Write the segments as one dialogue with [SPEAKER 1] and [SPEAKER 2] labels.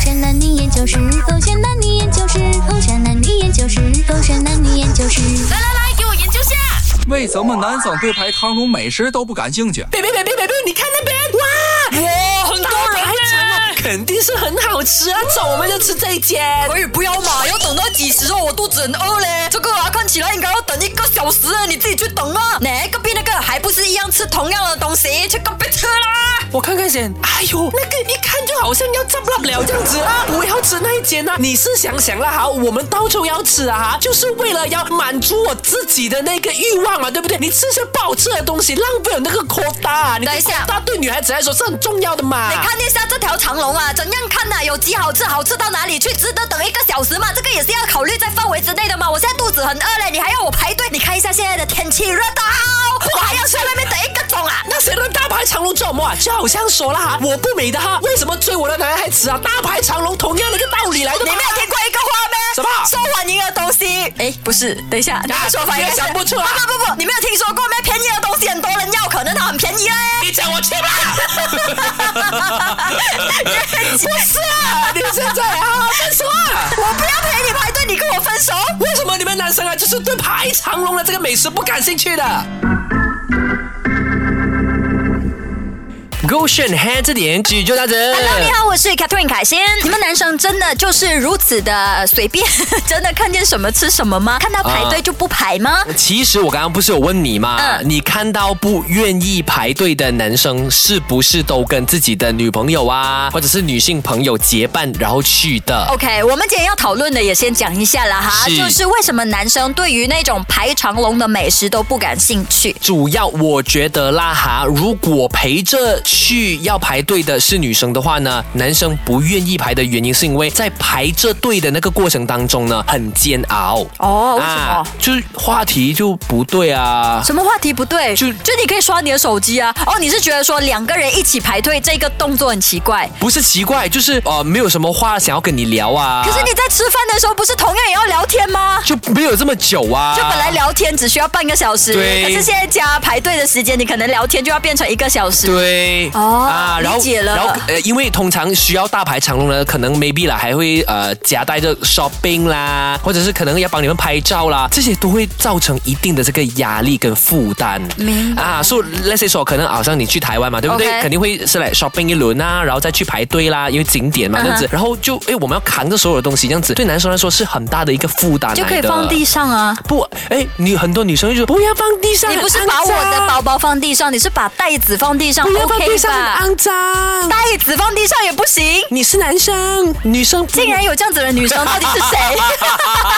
[SPEAKER 1] 山男女研究室，风扇男女研究室，风扇男女研究室，风扇男女研究室。
[SPEAKER 2] 来来来，给我研究下。
[SPEAKER 3] 为什么南省对排汤种美食都不感兴趣？
[SPEAKER 4] 别别别别别别！你看那边，哇
[SPEAKER 5] 哇，很多人
[SPEAKER 4] 太长
[SPEAKER 5] 呢。
[SPEAKER 4] 了，肯定是很好吃啊！走，我们就吃这一间。
[SPEAKER 5] 可以哎不要嘛，要等到几时哦？我肚子很饿嘞。这个啊，看起来应该要等一个小时，你自己去等啊。哪个比那个还不是一样吃同样的东西？去隔壁吃啦！
[SPEAKER 6] 啊
[SPEAKER 4] 我看看先，哎呦，那个一看就好像要炸不了这样子啊！我要吃那一间啊！你是想想啦哈，我们到处要吃啊哈，就是为了要满足我自己的那个欲望啊嘛，对不对？你吃些不好吃的东西，浪费我那个 quota，、啊、你的
[SPEAKER 5] 等一下
[SPEAKER 4] quota 对女孩子来说是很重要的嘛。
[SPEAKER 5] 你看一下这条长龙啊，怎样看呐、有几好吃？好吃到哪里去？值得等一个小时吗？这个也是要考虑在范围之内的嘛。我现在肚子很饿嘞，你还要我排队？你看一下现在的天气热到，我还要去外面等一个钟啊！
[SPEAKER 4] 那谁让大排长龙做什么啊？就好像说了哈，我不美的哈，为什么追我的男孩子啊？大排长龙同样的一个道理来的
[SPEAKER 5] 你
[SPEAKER 4] 嘛。
[SPEAKER 5] 没有听过一个话咩？
[SPEAKER 4] 什么啊
[SPEAKER 5] 受欢迎的东西？哎，不是，等一下，你的说法应该是
[SPEAKER 4] 想不出啊来
[SPEAKER 5] 不不不，你没有听说过咩？便宜的东西很多人要，可能它很便 宜嘞。
[SPEAKER 4] 你啊叫我去吧。
[SPEAKER 5] 不是啊，
[SPEAKER 4] 你们现在啊，分手啊！
[SPEAKER 5] 我不要陪你排队，你跟我分手。
[SPEAKER 4] 为什么你们男生啊，就是对排长龙的这个美食不感兴趣的？Goshen h a 这点剧就到这。
[SPEAKER 5] Hello，你好，我是 Catherine 凯欣。你们男生真的就是如此的呃随便， 真的看见什么吃什么吗？看到排队就不排
[SPEAKER 4] 啊
[SPEAKER 5] 吗？
[SPEAKER 6] 其实我刚刚不是有问你吗？
[SPEAKER 5] 嗯
[SPEAKER 6] 你看到不愿意排队的男生，是不是都跟自己的女朋友啊，或者是女性朋友结伴然后去的？
[SPEAKER 5] OK，我们今天要讨论的也先讲一下啦哈，
[SPEAKER 6] 是
[SPEAKER 5] 就是为什么男生对于那种排长龙的美食都不感兴趣？
[SPEAKER 6] 主要我觉得啦哈，如果陪着去要排队的是女生的话呢，男生不愿意排的原因是因为在排这队的那个过程当中呢，很煎熬。
[SPEAKER 5] 哦，为什么？
[SPEAKER 6] 啊、就是话题就不对啊。
[SPEAKER 5] 什么话题不对？就
[SPEAKER 6] 就
[SPEAKER 5] 就你可以刷你的手机啊。哦，你是觉得说两个人一起排队这个动作很奇怪？
[SPEAKER 6] 不是奇怪，就是呃，没有什么话想要跟你聊啊。
[SPEAKER 5] 可是你在吃饭的时候不是同样也要聊天吗？
[SPEAKER 6] 就没有这么久啊。
[SPEAKER 5] 就本来聊天只需要半个小时，
[SPEAKER 6] 对
[SPEAKER 5] 可是现在加排队的时间，你可能聊天就要变成一个小时。
[SPEAKER 6] 对啊
[SPEAKER 5] 哦理解了
[SPEAKER 6] 然后呃，因为通常需要大排长龙的，可能 maybe 啦，还会呃夹带着 shopping 啦，或者是可能要帮你们拍照啦，这些都会造成一定的这个压力跟负担。
[SPEAKER 5] 明白
[SPEAKER 6] 啊，所以 let's say 说，可能好像你去台湾嘛，对不对
[SPEAKER 5] OK
[SPEAKER 6] 肯定会是来 shopping 一轮啊，然后再去排队啦，因为景点
[SPEAKER 5] 嗯
[SPEAKER 6] 嘛
[SPEAKER 5] 哼
[SPEAKER 6] 这样子然后就哎我们要扛着所有的东西，这样子对男生来说是很大的一个负担来
[SPEAKER 5] 就
[SPEAKER 6] 的。
[SPEAKER 5] 可以放地上啊！
[SPEAKER 6] 不，哎，你很多女生就说不要放地上，
[SPEAKER 5] 你不是
[SPEAKER 6] 很
[SPEAKER 5] 把
[SPEAKER 6] 肮
[SPEAKER 5] 我
[SPEAKER 6] 脏啊
[SPEAKER 5] 的包包放地上，你是把袋子放地上
[SPEAKER 6] 不要放地
[SPEAKER 5] ，OK
[SPEAKER 6] 上，
[SPEAKER 5] 吧？
[SPEAKER 6] 很肮脏。
[SPEAKER 5] 袋子放地上也不行，
[SPEAKER 6] 你是男生，女生不
[SPEAKER 5] 竟然有这样子的女 生，到底是谁？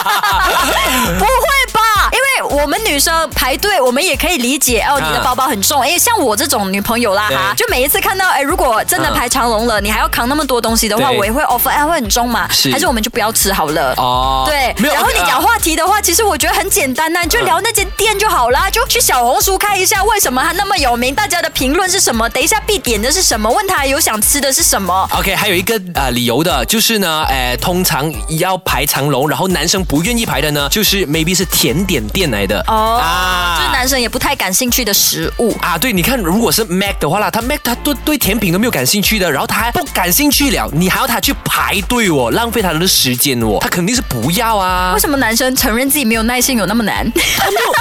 [SPEAKER 5] 不会吧？因为我们女生排队，我们也可以理解哦，你的
[SPEAKER 6] 嗯
[SPEAKER 5] 包包很重。因为像我这种女朋友啦哈，就
[SPEAKER 6] 对
[SPEAKER 5] 每一次看到，哎，如果真的
[SPEAKER 6] 嗯
[SPEAKER 5] 排长龙了，你还要扛那么多东西的话，
[SPEAKER 6] 对
[SPEAKER 5] 我也会 offer，哎，会很重嘛？
[SPEAKER 6] 是
[SPEAKER 5] 还是我们就不要吃好了？
[SPEAKER 6] 哦
[SPEAKER 5] 对，
[SPEAKER 6] 没有
[SPEAKER 5] 然后你讲
[SPEAKER 6] 啊
[SPEAKER 5] 话题的话，其实我觉得很简单呐、你就聊那间店就好
[SPEAKER 6] 嗯
[SPEAKER 5] 啦，就去小红书看一下为什么它那么有名，大家的评论是什么，等一下必点的是什么，问他有想吃的是什么。
[SPEAKER 6] OK，还有一个呃理由的，就是呢，呃，通常要排长龙，然后男生不愿意排的呢，就是 maybe 是甜点店来的
[SPEAKER 5] 哦
[SPEAKER 6] 啊
[SPEAKER 5] 就是男生也不太感兴趣的食物。
[SPEAKER 6] 啊，对，你看，如果是 Mac 的话啦，他 Mac 他对对甜品都没有感兴趣的，然后他还不感兴趣了，你还要他去排队哦，浪费他的时间哦，他肯定是不要啊
[SPEAKER 5] 为，什么男生承认自己没有耐性有那么难？
[SPEAKER 6] 他没有，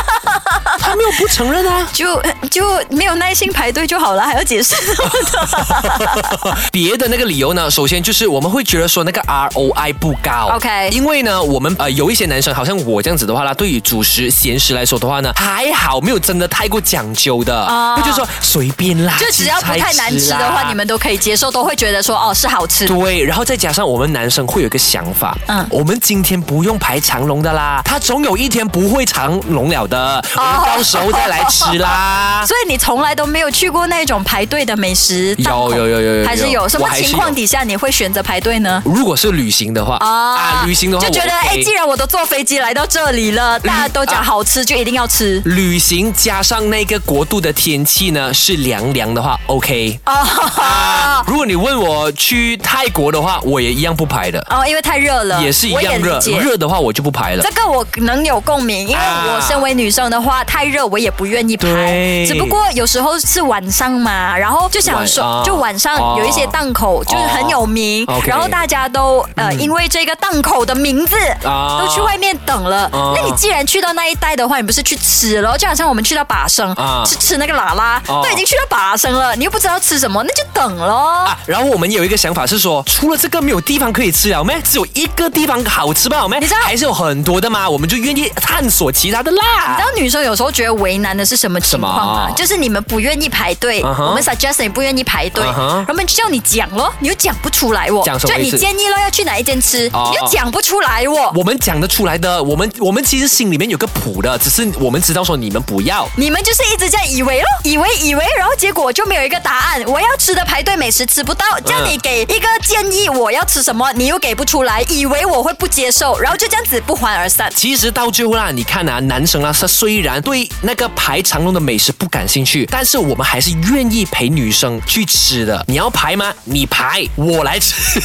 [SPEAKER 6] 他没有 不承认啊，
[SPEAKER 5] 就就没有耐心排队就好了，还要解释？
[SPEAKER 6] 哦别的那个理由呢，首先就是我们会觉得说那个 ROI 不高
[SPEAKER 5] OK
[SPEAKER 6] 因为呢，我们呃有一些男生，好像我这样子的话啦，对于主食闲食来说的话呢，还好没有真的太过讲究的，
[SPEAKER 5] 哦
[SPEAKER 6] 那就是说随便啦，
[SPEAKER 5] 就只要不太难吃的
[SPEAKER 6] 啦
[SPEAKER 5] 话，你们都可以接受，都会觉得说哦是好吃。
[SPEAKER 6] 对，然后再加上我们男生会有一个想法，
[SPEAKER 5] 嗯
[SPEAKER 6] 我们今天不用排长龙的啦，他总有一天不会长龙了的，
[SPEAKER 5] 哦
[SPEAKER 6] 我们到时候再来 吃啦。
[SPEAKER 5] 所以你从来都没有去过那种排队的美食档口？
[SPEAKER 6] 有有有有有有
[SPEAKER 5] 还是有什
[SPEAKER 6] 我
[SPEAKER 5] 么
[SPEAKER 6] 还是
[SPEAKER 5] 情况
[SPEAKER 6] 有
[SPEAKER 5] 底下你会选择排队呢？
[SPEAKER 6] 如果是旅行的话，啊，旅行的话
[SPEAKER 5] 就觉得哎
[SPEAKER 6] 我 OK
[SPEAKER 5] 哎，既然我都坐飞机来到这里了，大家都讲
[SPEAKER 6] 啊
[SPEAKER 5] 好吃就一定要吃。
[SPEAKER 6] 旅行加上那个国度的天气呢是凉凉的话，OK。
[SPEAKER 5] 哦，
[SPEAKER 6] 如果你问我去泰国的话，我也一样不排的，
[SPEAKER 5] 哦，因为太热了，
[SPEAKER 6] 也是一
[SPEAKER 5] 我
[SPEAKER 6] 样热
[SPEAKER 5] 理，解
[SPEAKER 6] 热的话我就不排了
[SPEAKER 5] 这。个我能有共鸣，因为
[SPEAKER 6] 啊
[SPEAKER 5] 我身为女生的话，太热我也不愿意
[SPEAKER 6] 对
[SPEAKER 5] 拍。只不过有时候是晚上嘛，然后就想说，
[SPEAKER 6] 晚啊
[SPEAKER 5] 就晚上有一些档口、就是很有名，
[SPEAKER 6] 哦，OK 嗯
[SPEAKER 5] 然后大家都呃、因为这个档口的名字、
[SPEAKER 6] 啊
[SPEAKER 5] 都去外面等了、
[SPEAKER 6] 啊
[SPEAKER 5] 那你既然去到那一带的话，你不是去吃了？就好像我们去到把生、
[SPEAKER 6] 啊
[SPEAKER 5] 去吃那个喇啦，
[SPEAKER 6] 哦
[SPEAKER 5] 都已经去到把生了，你又不知道吃什么，那就等咯。
[SPEAKER 6] 啊，然后我们有一个想法是说，除了这个没有地方可以吃了咩？只有一个地方好吃吧好咩？
[SPEAKER 5] 你知道
[SPEAKER 6] 还是有很多的嘛，我们就愿意探索其他的啦。
[SPEAKER 5] 然后女生有时候觉得为难的是什么情况
[SPEAKER 6] 什
[SPEAKER 5] 啊
[SPEAKER 6] 么？
[SPEAKER 5] 就是你们不愿意排队
[SPEAKER 6] 嗯哼
[SPEAKER 5] 我们 suggest 你不愿意排队
[SPEAKER 6] 嗯哼
[SPEAKER 5] 然后我们就叫你讲咯，你又讲不出来哦。
[SPEAKER 6] 讲什么
[SPEAKER 5] 就
[SPEAKER 6] 意
[SPEAKER 5] 你
[SPEAKER 6] 思
[SPEAKER 5] 建议咯要去哪一间吃，
[SPEAKER 6] 哦
[SPEAKER 5] 你又讲不出来哦。
[SPEAKER 6] 我们讲得出来的，我们我们其实心里面有个谱的，只是我们知道说你们不要。
[SPEAKER 5] 你们就是一直这样以为咯，以为以为，然后结果就没有一个答案。我要吃的排队美食吃不到，
[SPEAKER 6] 嗯
[SPEAKER 5] 叫你给一个建议，我要吃什么，你又给不出来，以为我会不接受，然后就这样子不欢而散。
[SPEAKER 6] 其实到最后啦，你看啊，男生啊，他虽然对那个排长龙的美食不感兴趣，但是我们还是愿意陪女生去吃的。你要排吗？你排，我来吃，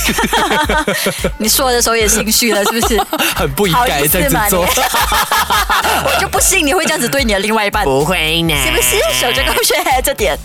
[SPEAKER 5] 你说的时候也心虚了， 是不是？
[SPEAKER 6] 很不应
[SPEAKER 5] 好
[SPEAKER 6] 该
[SPEAKER 5] 意
[SPEAKER 6] 这
[SPEAKER 5] 思
[SPEAKER 6] 样子
[SPEAKER 5] 嘛你
[SPEAKER 6] 做。？
[SPEAKER 5] 我就不信你会这样子对你的另外一半。
[SPEAKER 6] 会呢
[SPEAKER 5] 是不是守着高学这点？